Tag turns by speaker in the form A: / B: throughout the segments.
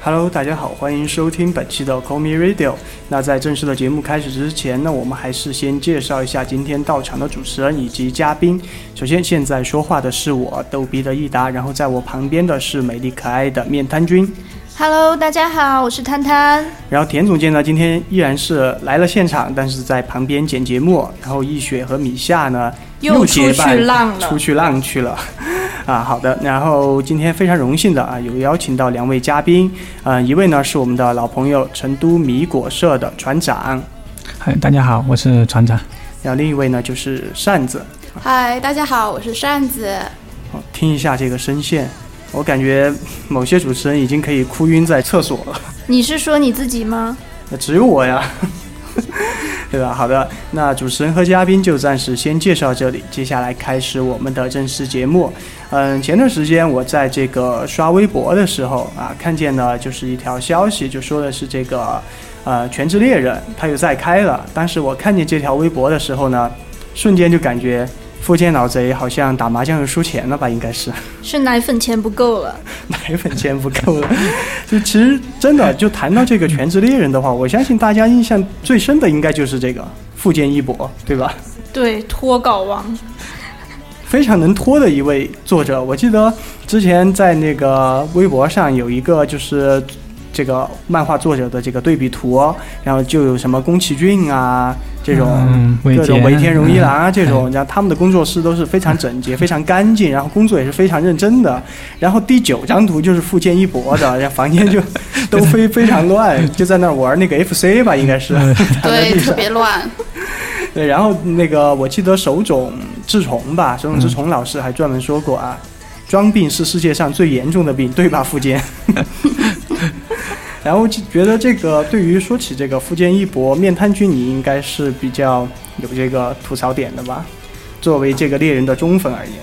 A: Hello，大家好，欢迎收听本期的 Call Me Radio。那在正式的节目开始之前呢，我们还是先介绍一下今天到场的主持人以及嘉宾。首先，现在说话的是我逗逼的益达，然后在我旁边的是美丽可爱的面瘫君。
B: Hello，大家好，我是摊摊。
A: 然后田总监呢，今天依然是来了现场，但是在旁边剪节目。然后易雪和米夏呢
B: 又
A: 又结
B: 出去
A: 伴
B: 浪了
A: 出去浪去了。 啊，好的。然后今天非常荣幸的啊，有邀请到两位嘉宾，呃，一位呢是我们的老朋友成都米果社的船长，
C: 嗨，大家好，我是船长。
A: 然后另一位呢就是扇子。
B: 嗨，大家好，我是扇子。
A: 哦听一下这个声线，我感觉某些主持人已经可以哭晕在厕所了。
B: 你是说你自己吗？
A: 那只有我呀， 对吧？好的，那主持人和嘉宾就暂时先介绍这里，接下来开始我们的正式节目。嗯，前段时间我在这个刷微博的时候啊，看见呢就是一条消息，就说的是这个呃《全职猎人》它又再开了。当时我看见这条微博的时候呢，瞬间就感觉。福建老贼好像打麻将又输钱了吧？应该是
B: 是奶粉钱不够了。
A: 奶粉钱不够了。就其实真的，就谈到这个《全职猎人》的话，我相信大家印象最深的应该就是这个富坚义博，对吧？
B: 对，脱稿王。
A: 非常能拖的一位作者。我记得之前在那个微博上有一个就是这个漫画作者的这个对比图，哦然后就有什么宫崎骏啊这种。
C: 嗯，
A: 各种尾田荣一郎
C: 郎
A: 啊，这种，然后他们的工作室都是非常整洁、非常干净，然后工作也是非常认真的。然后第九张图就是富坚义博的，然后房间就 都非非常乱，就在那儿玩那个 FC 吧，应该是。 躺 在地
D: 对，特
A: 上
D: 别乱。
A: 对，然后那个我记得手冢治虫吧，手冢治虫老师还专门说过啊，装病是世界上最严重的病，对吧，富坚？ 然后就觉得这个对于说起这个富坚义博面瘫君，你应该是比较有这个吐槽点的吧？作为这个猎人的忠粉而言，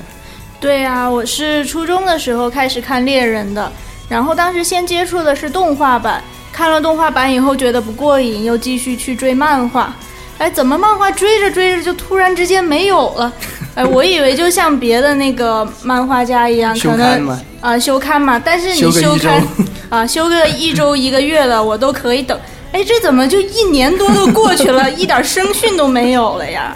B: 对啊，我是初中的时候开始看猎人的，然后当时先接触的是动画版，看了动画版以后觉得不过瘾，又继续去追漫画。哎，怎么漫画追着追着就突然之间没有了？哎，我以为就像别的那个漫画家一 样，
A: 修
B: 可
A: 刊
B: 能
A: 嘛，
B: 啊、休刊嘛，但是
A: 休
B: 你
A: 个一
B: 休刊
A: 周
B: 啊、休个一周一个月了，我都可以等。哎，这怎么就一年多都过去了， 一点声讯都没有了呀？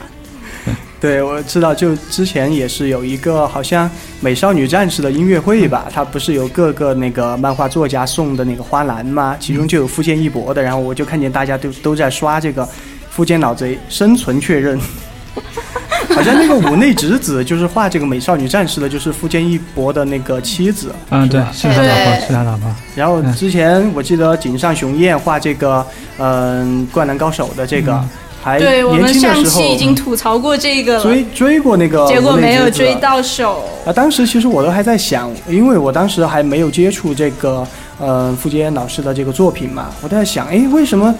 A: 对，我知道，就之前也是有一个好像美少女战士的音乐会吧，它不是有各个那个漫画作家送的那个花篮吗？其中就有富坚义博的，然后我就看见大家都都在刷这个富坚老贼生存确认。 好像那个五内直子就是画这个美少女战士的，就是富坚义博的那个妻子，
C: 嗯，对，
A: 是吧
C: 是他老婆，
D: 对
C: 是 他老婆。
A: 然后
C: 嗯
A: 之前我记得井上雄彦画这个，嗯、灌篮高手的这个，
C: 嗯
A: 还
B: 对我
A: 哎年
B: 们
A: 轻的
B: 上
A: 时候
B: 期已经吐槽过这个了，
A: 追追过那个，
B: 结果没有追到手。
A: 啊，当时其实我都还在想，因为我当时还没有接触这个呃傅杰老师的这个作品嘛，我都在想，哎，为什么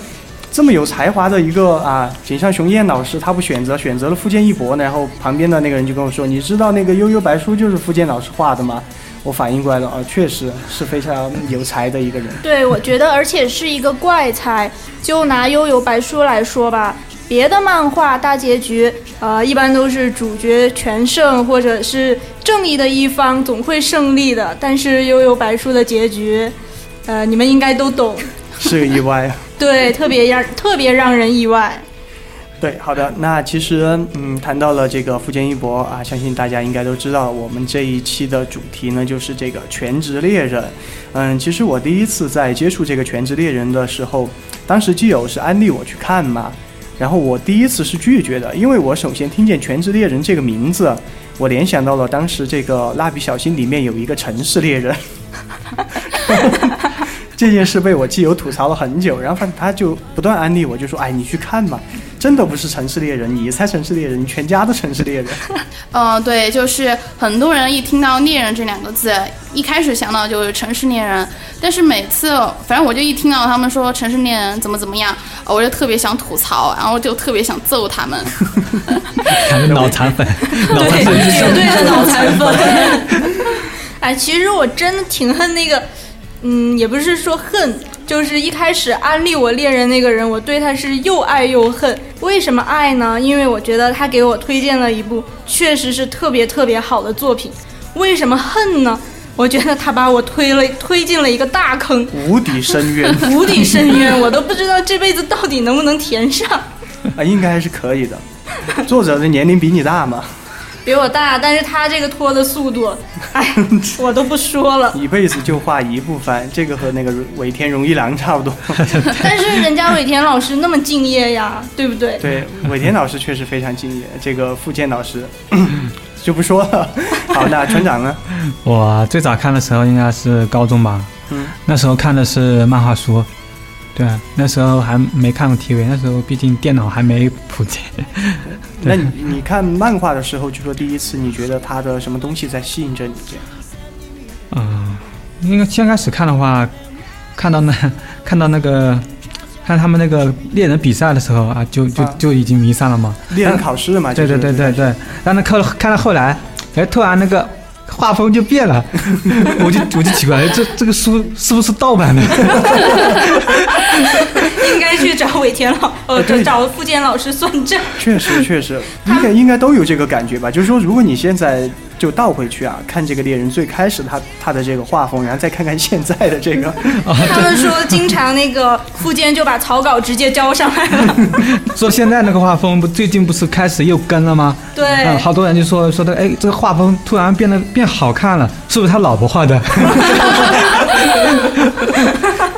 A: 这么有才华的一个啊井上雄彦老师，他不选择选择了富坚义博呢？然后旁边的那个人就跟我说，你知道那个悠悠白书就是富坚老师画的吗？我反应过来了，啊，确实是非常有才的一个人。
B: 对，我觉得而且是一个怪才。就拿《幽游白书》来说吧，别的漫画大结局，呃，一般都是主角全胜或者是正义的一方总会胜利的，但是《幽游白书》的结局，呃，你们应该都懂，
A: 是个意外。
B: 对，特别让特别让人意外。
A: 对，好的，那其实嗯，谈到了这个富坚义博啊，相信大家应该都知道，我们这一期的主题呢就是这个全职猎人。嗯，其实我第一次在接触这个全职猎人的时候，当时基友是安利我去看嘛，然后我第一次是拒绝的，因为我首先听见全职猎人这个名字，我联想到了当时这个蜡笔小新里面有一个城市猎人。这件事被我基友吐槽了很久，然后反正他就不断安利我，就说：“哎，你去看吧，真的不是城市猎人，你才城市猎人，你全家都城市猎人。
D: 嗯、对，就是很多人一听到“猎人”这两个字，一开始想到就是城市猎人，但是每次，反正我就一听到他们说城市猎人怎么怎么样，呃我就特别想吐槽，然后就特别想揍他们。
C: 他是脑残粉，脑
B: 对，
C: 残粉是
B: 绝对的脑残 粉。哎，其实我真的挺恨那个，嗯，也不是说恨，就是一开始安利我猎人那个人，我对他是又爱又恨。为什么爱呢？因为我觉得他给我推荐了一部确实是特别特别好的作品。为什么恨呢？我觉得他把我推了推进了一个大坑，
A: 无底深 渊
B: 无底深渊，我都不知道这辈子到底能不能填上。
A: 啊，应该是可以的。作者的年龄比你大嘛，
B: 比我大，但是他这个拖的速度，哎，我都不说了。
A: 一辈子就画一部番，这个和那个尾田荣一郎差不 多。
B: 但是人家尾田老师那么敬业呀， 对不对？
A: 对，尾田老师确实非常敬业，这个富健老师 就不说了。好，那船长 呢？
C: 我最早看的时候应该是高中吧，
A: 嗯，
C: 那时候看的是漫画书，对，那时候还没看过 TV，那时候毕竟电脑还没普及。
A: 那你你看漫画的时候，就说第一次你觉得他的什么东西在吸引着你？这样，
C: 嗯，因为先开始看的话，看到那 看到那个看他们那个猎人比赛的时候啊，就就
A: 啊
C: 就已经迷上了嘛。
A: 猎人考试嘛，
C: 对
A: 就是
C: 对对对对，但那看看到后来，哎，突然那个画风就变 了，我就我就奇怪，哎这这个书是不是盗版的？
B: 应该去找尾田 老，呃，
A: 对
B: 找找富坚老师算账。
A: 确实确实，应该应该都有这个感觉吧？就是说，如果你现在就倒回去啊，看这个猎人最开始他他的这个画风，然后再看看现在的这个，
C: 啊
B: 他们说，经常那个富坚就把草稿直接交上来了。
C: 说现在那个画风不最近不是开始又跟了吗？
B: 对，
C: 嗯，好多人就说说的，哎，这个画风突然变得变好看了，是不是他老婆画的？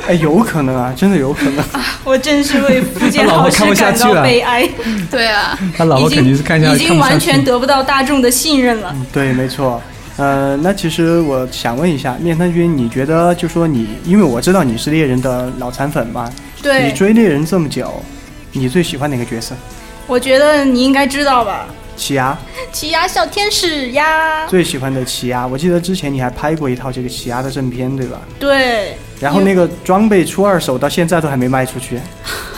A: 哎，有可能啊，真的有可能。
B: 我真是为富 坚老师感到悲哀，
D: 对啊，
C: 他老婆肯定是看下
B: 已
C: 来
B: 经
C: 看不下
B: 完
C: 去嗯
B: 全得不到大众的信任了。
A: 对，没错。呃，那其实我想问一下，面瘫君，你觉得就说你，因为我知道你是猎人的脑残粉嘛，你
B: 对，
A: 追猎人这么久，你最喜欢哪个角色？
B: 我觉得你应该知道吧，
A: 奇牙，
B: 奇牙小天使呀。
A: 最喜欢的奇牙。我记得之前你还拍过一套这个奇牙的正片，对吧？
B: 对，
A: 然后那个装备出二手到现在都还没卖出去。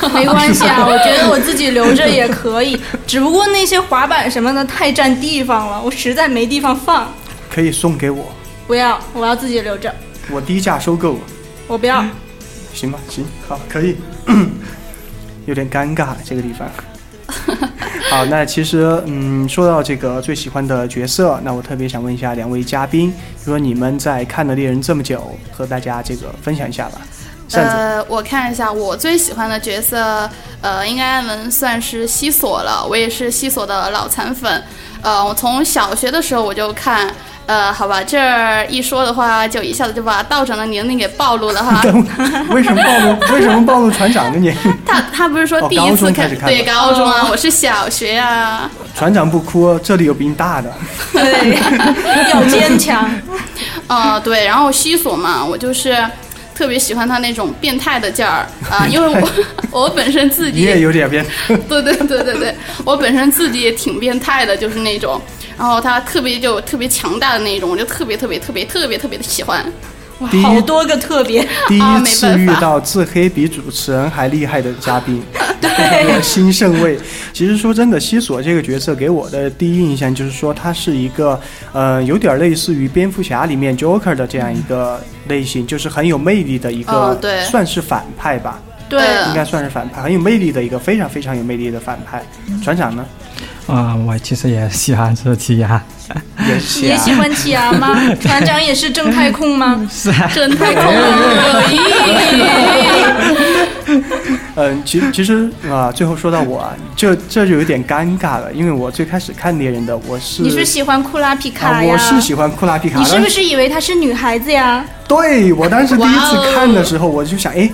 B: 没关系啊，我觉得我自己留着也可以，只不过那些滑板什么的太占地方了，我实在没地方放。
A: 可以送给我，
B: 不要，我要自己留着，
A: 我低价收购，
B: 我不
A: 嗯
B: 要。
A: 行吧？行，好，可以。 有点尴尬这个地方。好，那其实嗯，说到这个最喜欢的角色，那我特别想问一下两位嘉宾，就说你们在看了《猎人》这么久，和大家这个分享一下吧。扇子，
D: 呃，我看一下，我最喜欢的角色，呃，应该能算是西索了。我也是西索的脑残粉，呃，我从小学的时候我就看，呃，好吧，这儿一说的话，就一下子就把道长的年龄给暴露了哈。
A: 为什么暴露？为什么暴露船长的年龄？
D: 他他不是说
A: 哦
D: 第
A: 高
D: 一次
A: 中开
D: 看，
A: 始看
D: 对
A: 的
D: 高中啊，我是小学啊。
A: 船长不哭，这里有比你大的。
B: 对， 要坚强。
D: 啊、对，然后西索嘛，我就是特别喜欢他那种变态的劲儿 啊、因为我我本身自
A: 你
D: 己
A: 也有点变，
D: 对对对对对，我本身自己也挺变态的，就是那种，然后他特别就特别强大的那种，我就特别特别特别特别特别的喜欢。
B: 哇
A: 第一
B: 好多个 特别，
A: 第一
D: 啊
A: 次遇
D: 没办法
A: 到自黑比主持人还厉害的嘉宾。
B: 对，
A: 新胜位。其实说真的，西索这个角色给我的第一印象就是说，他是一个呃，有点类似于蝙蝠侠里面 Joker 的这样一个类型，就是很有魅力的一个，
D: 哦对
A: 算是反派吧，
B: 对，
A: 应该算是反派，很有魅力的一个非常非常有魅力的反派。船长呢，
C: 啊、我其实也喜欢这啊奇亚，
A: 也是
B: 你也喜
A: 啊。
B: 欢奇 牙吗？船长也是正太控
A: 嗯
B: 吗？啊
C: 是啊，
D: 真太恐怖了！
A: 嗯，其其实啊、最后说到我，啊，这这就有点尴尬了，因为我最开始看猎人的我 是。
B: 你是喜欢库拉皮卡
A: 啊，
B: 呀？
A: 我是喜欢库拉皮卡，
B: 你是
A: 但
B: 不是以为她是女孩子呀？
A: 对我当时第一
D: 哇
A: 次
D: 哦
A: 看的时候，我就想，哎，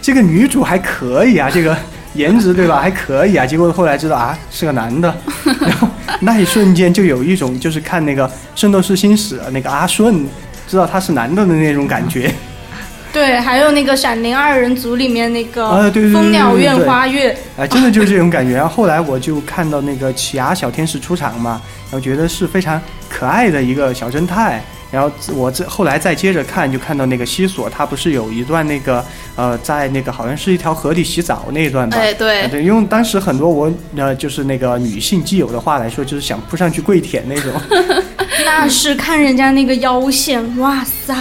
A: 这个女主还可以啊，这个颜值对吧，还可以啊。结果后来知道啊，是个男的，然后那一瞬间就有一种就是看那个《圣斗士星矢》那个阿顺，知道他是男的的那种感觉。
B: 对，还有那个《闪灵二人组》里面那个
A: 啊对对对对
B: 蜂鸟
A: 对对
B: 院
A: 对
B: 花月，
A: 啊，真的就是这种感觉。然后后来我就看到那个奇牙小天使出场嘛，然后觉得是非常可爱的一个小侦探。然后我这后来再接着看，就看到那个西索，他不是有一段那个呃，在那个好像是一条河里洗澡那一段吧？
D: 哎，
A: 啊
D: 对，
A: 对，用当时很多我呃，就是那个女性基友的话来说，就是想扑上去跪舔那种。
B: 那是看人家那个腰线，哇塞！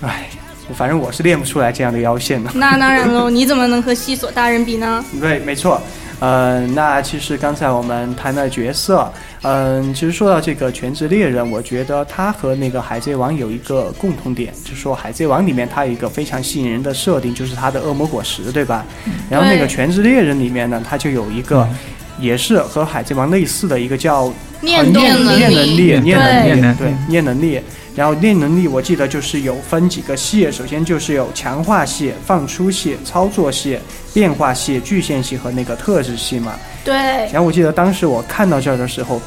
A: 唉，哎反正我是练不出来这样的腰线的。
B: 那当然喽，你怎么能和西索大人比呢？
A: 嗯对，没错。呃，那其实刚才我们谈的角色，嗯、其实说到这个《全职猎人》，我觉得它和那个《海贼王》有一个共同点，就是说《海贼王》里面它有一个非常吸引人的设定，就是它的恶魔果实，对吧？然后那个《
B: 对
A: 全职猎人》里面呢，它就有一个。
C: 嗯
A: 也是和《海贼王》类似的一个叫
B: 念
A: 动
B: 动
D: 能
A: 念
D: 力
A: 能
C: 对
A: 念能
C: 念
A: 力，
C: 能
A: 对
C: 力
A: 念能力。然后念能力，我记得就是有分几个系，首先就是有强化系、放出系、操作系、变化系、局限系和那个特质系嘛。
B: 对，
A: 然后我记得当时我看到这儿的时候，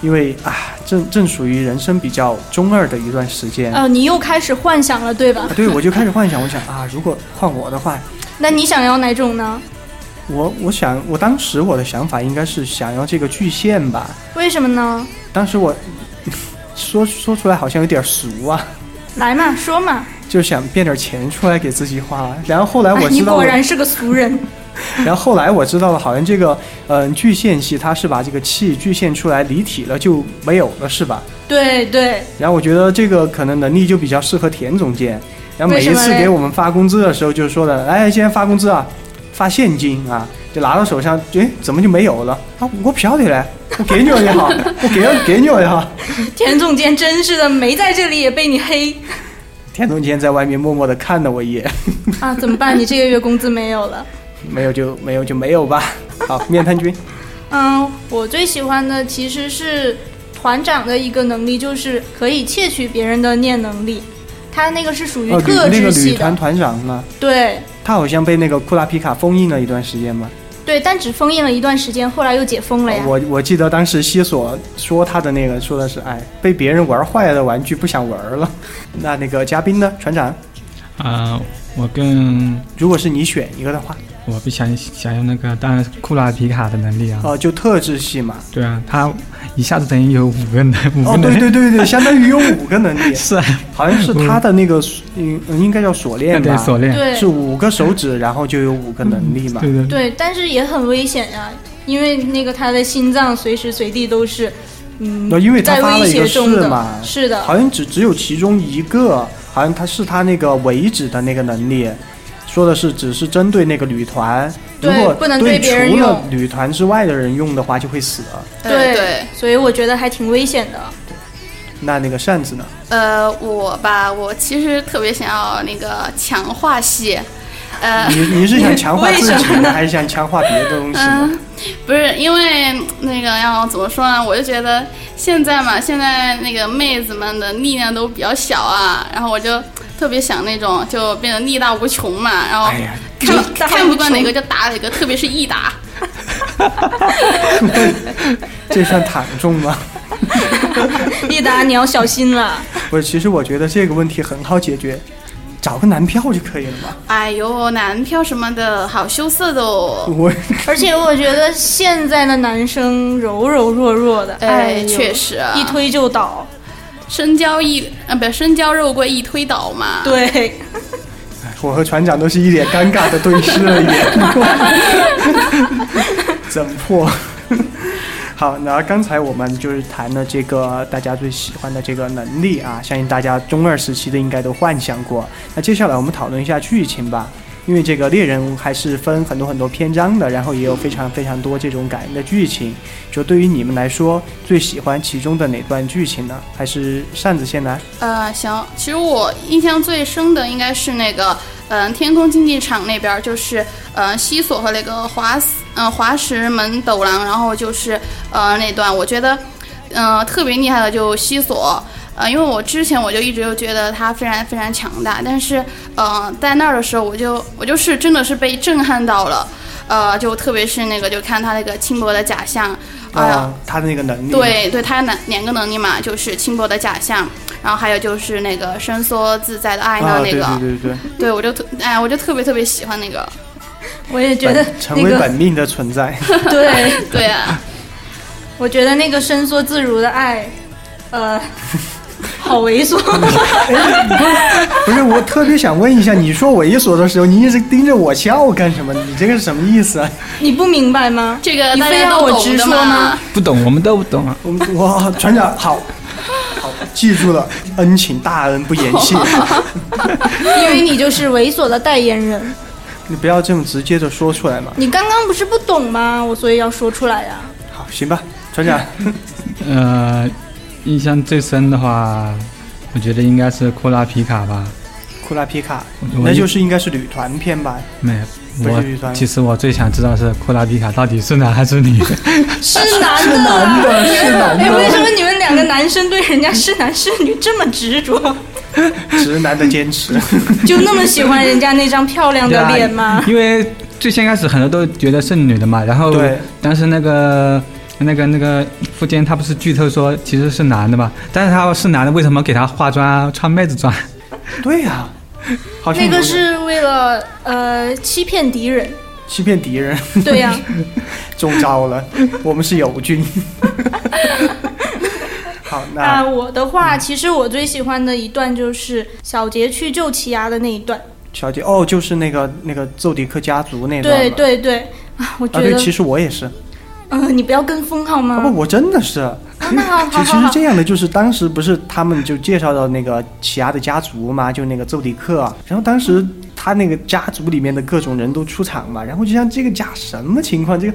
A: 因为啊，正正属于人生比较中二的一段时间，啊、
B: 呃，你又开始幻想了，对吧？
A: 对我就开始幻想，我想啊，如果换我的话，
B: 那你想要哪种呢？
A: 我我想我当时我的想法应该是想要这个巨献吧，
B: 为什么呢？
A: 当时我 说说出来好像有点俗啊，
B: 来嘛，说嘛。
A: 就想变点钱出来给自己花。然后后来我
B: 哎你
A: 知道
B: 果
A: 了，
B: 然是个俗人。
A: 然后后来我知道了，好像这个嗯、巨献系它是把这个气巨献出来离体了就没有了是吧？
B: 对对，
A: 然后我觉得这个可能能力就比较适合田总监。然后每一
B: 为什
A: 次
B: 么嘞
A: 给我们发工资的时候，就说的，哎，今天发工资啊，发现金啊，就拿到手上，哎，怎么就没有了？啊，我不晓得嘞，我给你了也好，我给了给你了也好。
B: 田总监真是的，没在这里也被 你黑
A: 田总监在外面默默的看了我一眼，
B: 啊！怎么办？你这个月工资没有了。
A: 没有就没有就没有吧。好，面瘫君，
B: 嗯，我最喜欢的其实是团长的一个能力，就是可以窃取别人的念能力。他那个是属于
A: 哦，旅
B: 特
A: 那
B: 制
A: 个
B: 系
A: 旅
B: 的，
A: 团团长呢，
B: 对
A: 他好像被那个库拉皮卡封印了一段时间嘛。
B: 对，但只封印了一段时间，后来又解封了呀。
A: 我我记得当时西索说他的那个说的是，哎，被别人玩坏了的玩具不想玩了。 那那个嘉宾呢，船长，
C: 啊、我跟
A: 如果是你选一个的话，
C: 我不想想要那个，当然是库拉皮卡的能力啊。
A: 哦、就特制系嘛。
C: 对啊，他一下子等于有五个能，五
A: 哦
C: 个，能
A: 对
C: 力。，
A: 对对对，相当于有五个能力
C: 是啊，
A: 好像是他的那个，嗯，应该叫锁链吧
C: 对，锁链。
B: 对
A: 是五个手指，然后就有五个能力嘛。
C: 对对对，
B: 对，但是也很危险呀、因为那个他的心脏随时随地都是，嗯
A: 那，哦因为他
B: 在
A: 发
B: 威
A: 了一
B: 胁
A: 个
B: 中
A: 誓
B: 的，
A: 嘛，
B: 是 的，
A: 好像只只有其中一个，好像他是他那个为止的那个能力，说的是只是针对那个旅团，如
B: 对
A: 果
B: 不能
A: 对
B: 对别人
A: 除了
B: 用
A: 旅团之外的人用的话就会死。
B: 对
D: 对，
B: 所以我觉得还挺危险的。
A: 那那个扇 子呢？
D: 呃，我吧，我其实特别想要那个强化系，呃，
A: 你你是想强化
B: 为
A: 自
B: 什
A: 己 呢，还是想强化别的东西呢？
D: 嗯，不是因为嗯那个要怎么说呢？我就觉得现在嘛，现在那个妹子们的力量都比较小啊，然后我就特别想那种就变得力大无穷嘛，然后
A: 哎呀，
D: 看、
B: 力大
D: 看
B: 无
D: 不惯哪
B: 穷
D: 个就打哪个，特别是一打。
B: 嗯
A: 这算躺中吗？
B: 益达，你要小心了。
A: 不是，其实我觉得这个问题很好解决，找个男票就可以了嘛。
D: 哎呦，男票什么的好羞涩的哦。
A: 我
B: 而且我觉得现在的男生柔柔弱弱的，
D: 哎，
B: 呦
D: 确，实啊，
B: 一推就倒。
D: 身娇一啊，不是身娇肉贵一推倒嘛。
B: 对，
D: 啊
A: 我和船长都是一脸尴尬的对视了一 眼，怎破？ 好，那刚才我们就是谈了这个大家最喜欢的这个能力啊，相信大家中二时期的应该都幻想过。那接下来我们讨论一下剧情吧，因为这个猎人还是分很多很多篇章的，然后也有非常非常多这种感人的剧情。就对于你们来说，最喜欢其中的哪段剧情呢？还是扇子先来？
D: 呃，行，其实我印象最深的应该是那个，嗯、天空竞技场那边儿就是，呃，西索和那个华斯，嗯、华石门斗狼，然后就是，呃，那段我觉得，嗯、特别厉害的就西索，呃，因为我之前我就一直就觉得他非常非常强大，但是，呃，在那儿的时候，我就我就是真的是被震撼到了，呃，就特别是那个就看他那个轻薄的假象，哎呀、
A: 啊，他的那个能力。，
D: 对对，他两两个能力嘛，就是轻薄的假象，然后还有就是那个伸缩自在的爱
A: 啊，
D: 的那
A: 对
D: 个，
A: 对对对。
D: 对我就特哎，我就特别特别喜欢那个，
B: 我也觉得
A: 本成
B: 那
A: 为
B: 个，
A: 本命的存在。
B: 对，
D: 对啊，
B: 我觉得那个伸缩自如的爱， 呃，好猥琐。
A: 不是，我特别想问一下，你说猥琐的时候，你一直盯着我笑干什么？你这个是什么意思 啊？
B: 你不明白吗？
D: 这个
B: 你
D: 大
B: 非
D: 家
B: 要
D: 都
B: 我
D: 懂
B: 直
D: 的
B: 说吗
D: 嘛。
C: 不懂，我们都不懂啊。
A: 我我船长好，好记住了，恩情大恩不言 谢。
B: 因为你就是猥琐的代言人。
A: 你不要这么直接的说出来嘛。
B: 你刚刚不是不懂吗？我所以要说出来啊呀、
A: 好，行吧，船长，
C: 呃，印象最深的话，我觉得应该是库拉皮卡吧。
A: 库拉皮卡，
C: 我
A: 那
C: 一
A: 就是应该是旅团片 吧？
C: 没有
A: 不是女团
C: 我其实我最想知道是库拉皮卡到底是男还是女？
B: 是男的。
A: 男的，是
B: 哎，为
A: 男
B: 什么你们两个男生对人家 是男是女这么执着？
A: 的，直男的坚持。
B: 就那么喜欢人家那张漂亮
A: 啊
B: 的脸吗？
C: 啊因为最先开始很多都觉得是女的嘛，然后
A: 对
C: 当时那个那个那个富坚他不是剧透说其实是男的嘛，但是他是男的，为什么给他化妆啊穿妹子装？
A: 对呀、好像
B: 那个
A: 有
B: 是为了呃欺骗敌人，
A: 欺骗敌人，
B: 对呀、
A: 中招了，我们是友 军。好，
B: 那
A: 那嗯
B: 我的话，其实我最喜欢的一段就是小杰去救奇亚的那一段。
A: 小姐，哦，就是那个那个奏迪克家族那段
B: 对
A: 了
B: 对对，啊，我
A: 啊，
B: 觉
A: 对，
B: 得，
A: 其实我也是，
B: 嗯、你不要跟风好
A: 啊
B: 吗？
A: 不，我真的 是。
B: 啊那好好
A: 其
B: 好
A: 实是
B: 好，
A: 这样的，就是当时不是他们就介绍到那个奇亚的家族嘛，就那个奏迪克啊，然后当时他那个家族里面的各种人都出场嘛，然后就像这个家什么情况，这个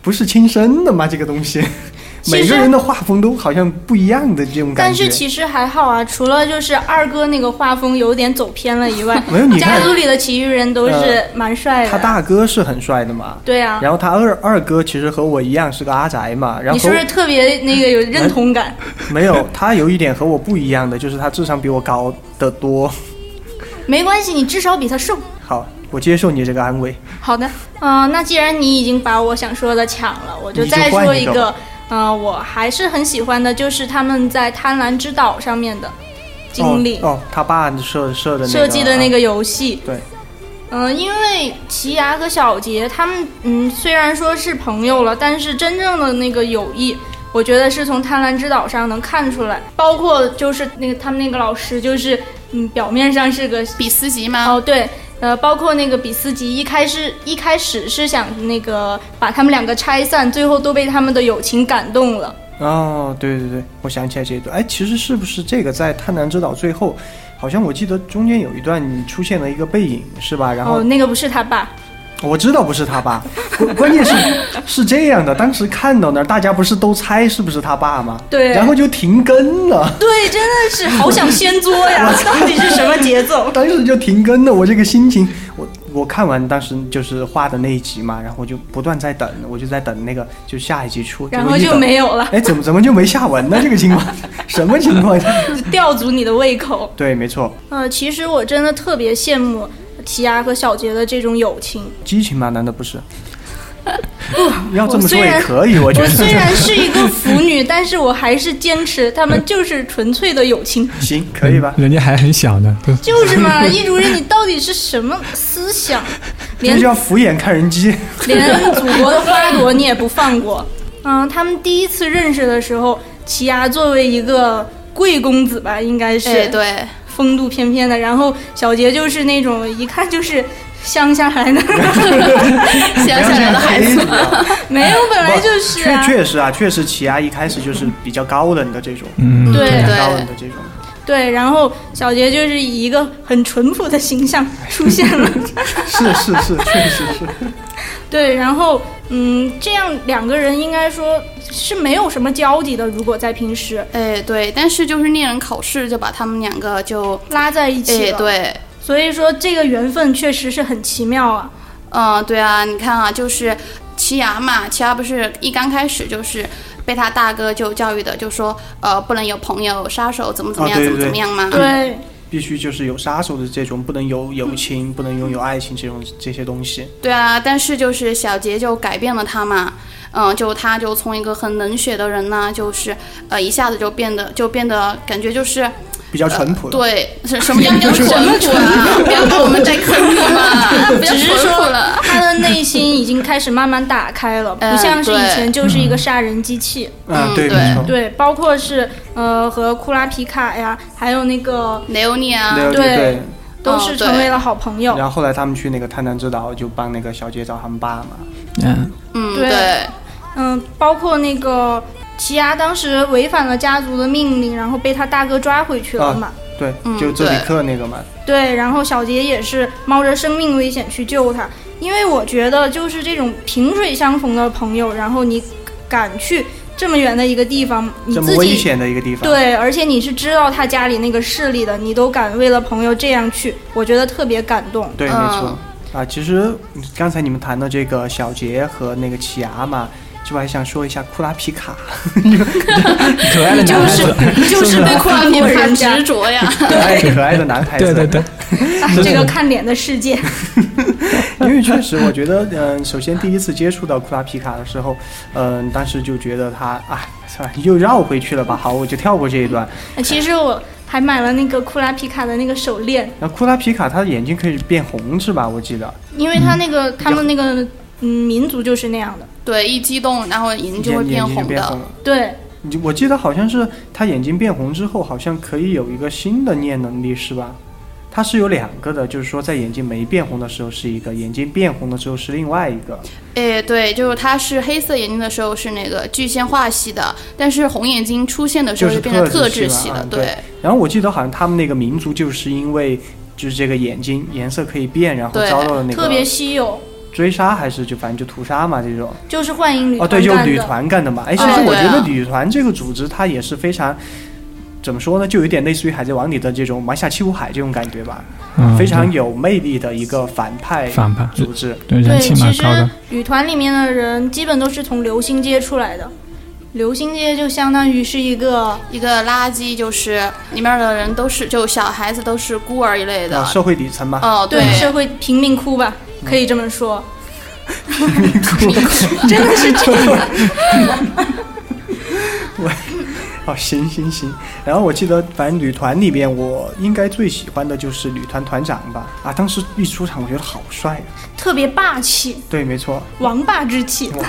A: 不是亲生的吗？这个东西，
B: 其实
A: 每个人的画风都好像不一样的这种感
B: 但
A: 觉。
B: 是其实还好啊，除了就是二哥那个画风有点走偏了以外
A: ，没有你看
B: 家族里的其余人都是
A: 呃
B: 蛮帅的。
A: 他大哥是很帅的嘛，
B: 对啊，
A: 然后他二二哥其实和我一样是个阿宅嘛，然后哎
B: 你是不是特别那个有认同感？
A: 没有他有一点和我不一样的，就是他智商比我高得多。
B: 没关系，你至少比他瘦。
A: 好，我接受你这个安慰。
B: 好的，嗯、那既然你已经把我想说的抢了，我就
A: 你就
B: 再说
A: 换一
B: 一
A: 个
B: 个。嗯、我还是很喜欢的，就是他们在贪婪之岛上面的经历、
A: 哦哦，他爸设设的那个啊
B: 设计的那个游戏。
A: 对，
B: 嗯、因为奇牙和小杰他们，嗯，虽然说是朋友了，但是真正的那个友谊，我觉得是从贪婪之岛上能看出来。包括就是那个他们那个老师，就是嗯，表面上是个
D: 比斯吉吗？
B: 哦，对，呃，包括那个比斯吉，一开始一开始是想那个把他们两个拆散，最后都被他们的友情感动了。
A: 哦，对对对，我想起来这一段。哎，其实是不是这个在《贪婪之岛》最后，好像我记得中间有一段你出现了一个背影，是吧？然后、
B: 哦，那个不是他爸，
A: 我知道不是他爸，关关键是是这样的，当时看到那儿，大家不是都猜是不是他爸吗？
B: 对
A: 然后就停更了，
B: 对，真的是好想掀桌 呀！到底是什么节奏？
A: 当时就停更了。我这个心情，我我看完当时就是画的那一集嘛，然后我就不断在等，我就在等那个就下一集出，
B: 然
A: 结
B: 后
A: 果一
B: 就
A: 等
B: 没有了，
A: 哎，怎么怎么就没下文呢？这个情况， 什么情况？
B: 就吊足你的胃口。
A: 对，没错，
B: 呃，其实我真的特别羡慕奇亚和小杰的这种友情。
A: 激情嘛，难道不是？要这么说
B: 我虽
A: 也
B: 然
A: 可以，我觉
B: 我虽
A: 得
B: 然是一个腐女，但是我还是坚持他们就是纯粹的友情。
A: 行，可以吧？
C: 人家还很小呢，都
B: 就是 嘛，易主任，你到底是什么思想？
A: 这
B: 连
A: 叫敷衍看人 机。
B: 连祖国的花朵你也不放过。嗯，他们第一次认识的时候，奇亚作为一个贵公子吧，应该是、
D: 哎，对，
B: 风度翩翩的，然后小杰就是那种一看就是乡下来 的，
D: 想
A: 不要这
D: 起来
A: 样
D: 了，孩
A: 黑
D: 子
A: 子啊，
B: 没有，本来就是
A: 确
B: 啊。
A: 确实啊，确实奇亚一开始就是比较高冷的这种，
C: 嗯，
B: 对
A: 比较
D: 对
A: 高冷的这种。
B: 对，然后小杰就是以一个很淳朴的形象出现 了。
A: 是是是，确实是。
B: 对，然后嗯，这样两个人应该说是没有什么交集的，如果在平时。
D: 哎，对，但是就是恋人考试就把他们两个就，
B: 拉在一起
D: 哎，
B: 了。，
D: 对，
B: 所以说这个缘分确实是很奇妙 啊。
D: 嗯，对啊，你看啊，就是奇牙嘛，奇牙不是一刚开始就是被他大哥就教育的，就说呃不能有朋友，杀手怎么怎么
A: 啊
D: 样，
A: 对
D: 怎么
A: 对
D: 怎么样嘛。
B: 对，
A: 必须就是有杀手的这种，不能有友情，不能拥有爱情这种这些东西。
D: 对啊，但是就是小杰就改变了他嘛，嗯、就他就从一个很冷血的人呢，就是呃一下子就变得就变得感觉就是
A: 比较淳朴了，
D: 对是什么样叫淳朴啊？不要把我们带坑里 嘛，不要
B: 只是
D: 淳朴了。
B: 说他的内心已经开始慢慢打开了，
D: 呃
B: 不像是以
D: 对
B: 前就是一个杀人机器。
A: 啊，
D: 嗯
A: 对，
D: 对
A: 没错。
B: 对，包括是呃和库拉皮卡呀，还有那个
D: 雷欧尼啊，
A: 对
B: 对
A: 对。
B: 都
D: 哦
B: 是
D: 对
B: 成为了好朋友。
A: 然后后来他们去那个探探之岛，就帮那个小姐找他们爸嘛。
C: 嗯，
D: 嗯
B: 对
D: 对，
B: 嗯，包括那个奇牙当时违反了家族的命令，然后被他大哥抓回去了嘛。
A: 对，
D: 嗯
A: 就这里克那个嘛，
B: 对，然后小杰也是冒着生命危险去救他，因为我觉得就是这种萍水相逢的朋友，然后你敢去这么远的一个地方，你
A: 这么
B: 自
A: 危
B: 己
A: 险的一个地方，，
B: 对，而且你是知道他家里那个势力的，你都敢为了朋友这样去，我觉得特别感动。
A: 对，
D: 嗯
A: 没错。啊，其实刚才你们谈到这个小杰和那个奇牙嘛，就还想说一下库拉皮卡，
C: 可爱的男孩子，
D: 你就是 对库拉皮
B: 我
D: 卡
B: 人家
D: 执着呀。
A: 可爱可爱的男孩子，
C: 对对对，
B: 啊，这个看脸的世界，
A: 因为确实，我觉得，嗯、首先第一次接触到库拉皮卡的时候，嗯、当时就觉得他啊，算了，又绕回去了吧。好，我就跳过这一段。
B: 其实我还买了那个库拉皮卡的那个手链，
A: 然后库拉皮卡他的眼睛可以变红是吧？我记得
B: 因为他那个、他们那个嗯民族就是那样的。
D: 对，一激动，然后眼睛就会
A: 眼眼睛就
D: 红
A: 变
D: 的
A: 红。了。
B: 对，
A: 你就我记得好像是他眼睛变红之后，好像可以有一个新的念能力是吧？它是有两个的，就是说在眼睛没变红的时候是一个，眼睛变红的时候是另外一个。
D: 哎，对，就是他是黑色眼睛的时候是那个具现化系的，但是红眼睛出现的时候
A: 就是
D: 变成
A: 特
D: 特
A: 制
D: 制
A: 系
D: 系
A: 了
D: 的
A: 啊，对
D: 对。
A: 然后我记得好像他们那个民族就是因为就是这个眼睛颜色可以变，然后
D: 对
A: 遭到了那个
B: 特别稀有，
A: 追杀还是就反正就屠杀嘛这种。
B: 就是幻影旅
A: 哦，
B: 团
A: 对，就
B: 干
A: 旅
B: 的。
A: 团干的嘛。哎，其
D: 哦
A: 实我
D: 对
A: 觉得
D: 啊
A: 旅团这个组织它也是非常。怎么说呢？就有点类似于《海贼王》里的这种“埋下七武海”这种感觉吧，
C: 嗯，
A: 非常有魅力的一个反派
C: 反叛，
A: 组织。
C: 对
B: 对，
C: 人气
B: 其
C: 蛮
B: 实
C: 高的。
B: 旅团里面的人基本都是从流星街出来的，流星街就相当于是一
A: 哦
B: 个
D: 一个垃圾就是里面的人都是，就小孩子都是孤儿一类的
A: 啊，。社会底层嘛，
D: 哦，
B: 对社会贫民窟吧，
A: 嗯
B: 可以这么说。
A: 哦，行行行。然后我记得，反正旅团里边，我应该最喜欢的就是旅团团长吧。啊，当时一出场，我觉得好帅啊。
B: 特别霸气，
A: 对，没错。
B: 王霸之气。
A: 我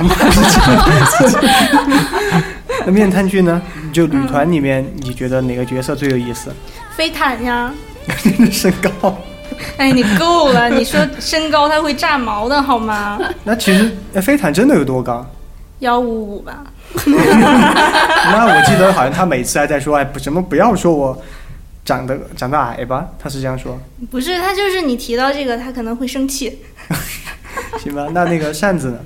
A: 们 那面瘫君呢？就旅团里面，你觉得哪个角色最有意思？
B: 飞毯呀，
A: 身高。
B: 哎，你够 了！你说身高它会炸毛的好吗？
A: 那其实呃飞毯真的有多高？
B: 幺五五吧，
A: 那我记得好像他每次还在说，哎，不什么不要说我长得长得矮吧，他是这样说，
B: 不是他就是你提到这个，他可能会生气。
A: 行吧？那那个扇子呢？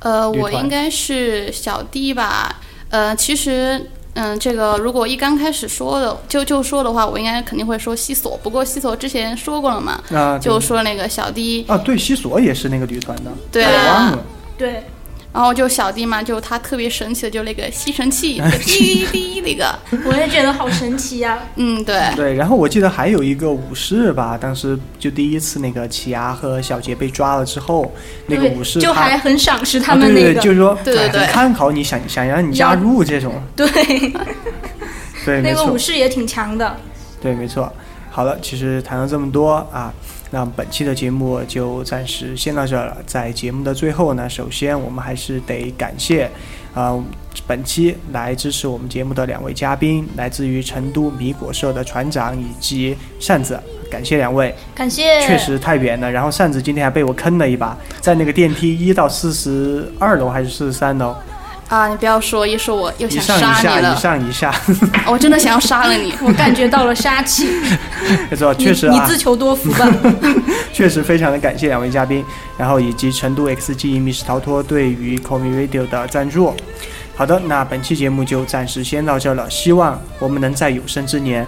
D: 呃，
A: 女
D: 我
A: 团
D: 应该是小 D 吧。呃，其实，嗯、这个如果一刚开始说的就就说的话，我应该肯定会说西索。不过西索之前说过了嘛，
A: 啊，
D: 就
A: 对
D: 说那个小 D，
A: 啊，对，西索也是那个旅团的，
D: 对
A: 我忘
D: 啊
A: 了，，
B: 对，
D: 然后就小 D 嘛，就他特别神奇的，就那个吸尘器，就滴滴滴那个，
B: 我也觉得好神奇呀、
D: 嗯，对，
A: 对。然后我记得还有一个武士吧，当时就第一次那个奇牙和小杰被抓了之后， 那个
B: 对
A: 武士
B: 就
A: 他
B: 还很赏识他们
A: 啊、对
B: 那
A: 对
B: 个，
A: 对就是说，
D: 对对
A: 哎
D: 对
A: 很看好你想想让你加入这种，
B: 对
A: 对，没
B: 那个
A: 错
B: 武，士也挺强的。
A: 对，没错。好了，其实谈了这么多啊，那本期的节目就暂时先到这儿了。在节目的最后呢，首先我们还是得感谢，啊、本期来支持我们节目的两位嘉宾，来自于成都米果社的船长以及扇子，感谢两位。
B: 感谢，
A: 确实太远了。然后扇子今天还被我坑了一把，在那个电梯一到四十二楼还是四十三楼，
D: 啊，你不要说，一说我又
A: 一上
D: 想
A: 一
D: 杀
A: 下，
D: 你
A: 一
D: 了，
A: 上一下，
D: 我真的想要杀了 你。
B: 我感觉到了杀气。
A: 没错，
B: 你
A: 确实
B: 你
A: 啊
B: 自，求多福吧。
A: 确实非常的感谢两位嘉宾，然后以及成都 XG 密室逃脱对于 c o m i Radio 的赞助。好的，那本期节目就暂时先到这了，希望我们能在有生之年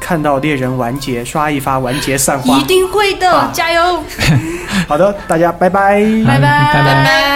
A: 看到猎人完结，刷一发完 结散花
B: 一。定会的，
A: 啊
B: 加油！
A: 好的，大家拜拜。
B: 拜
C: 好拜
D: 拜拜。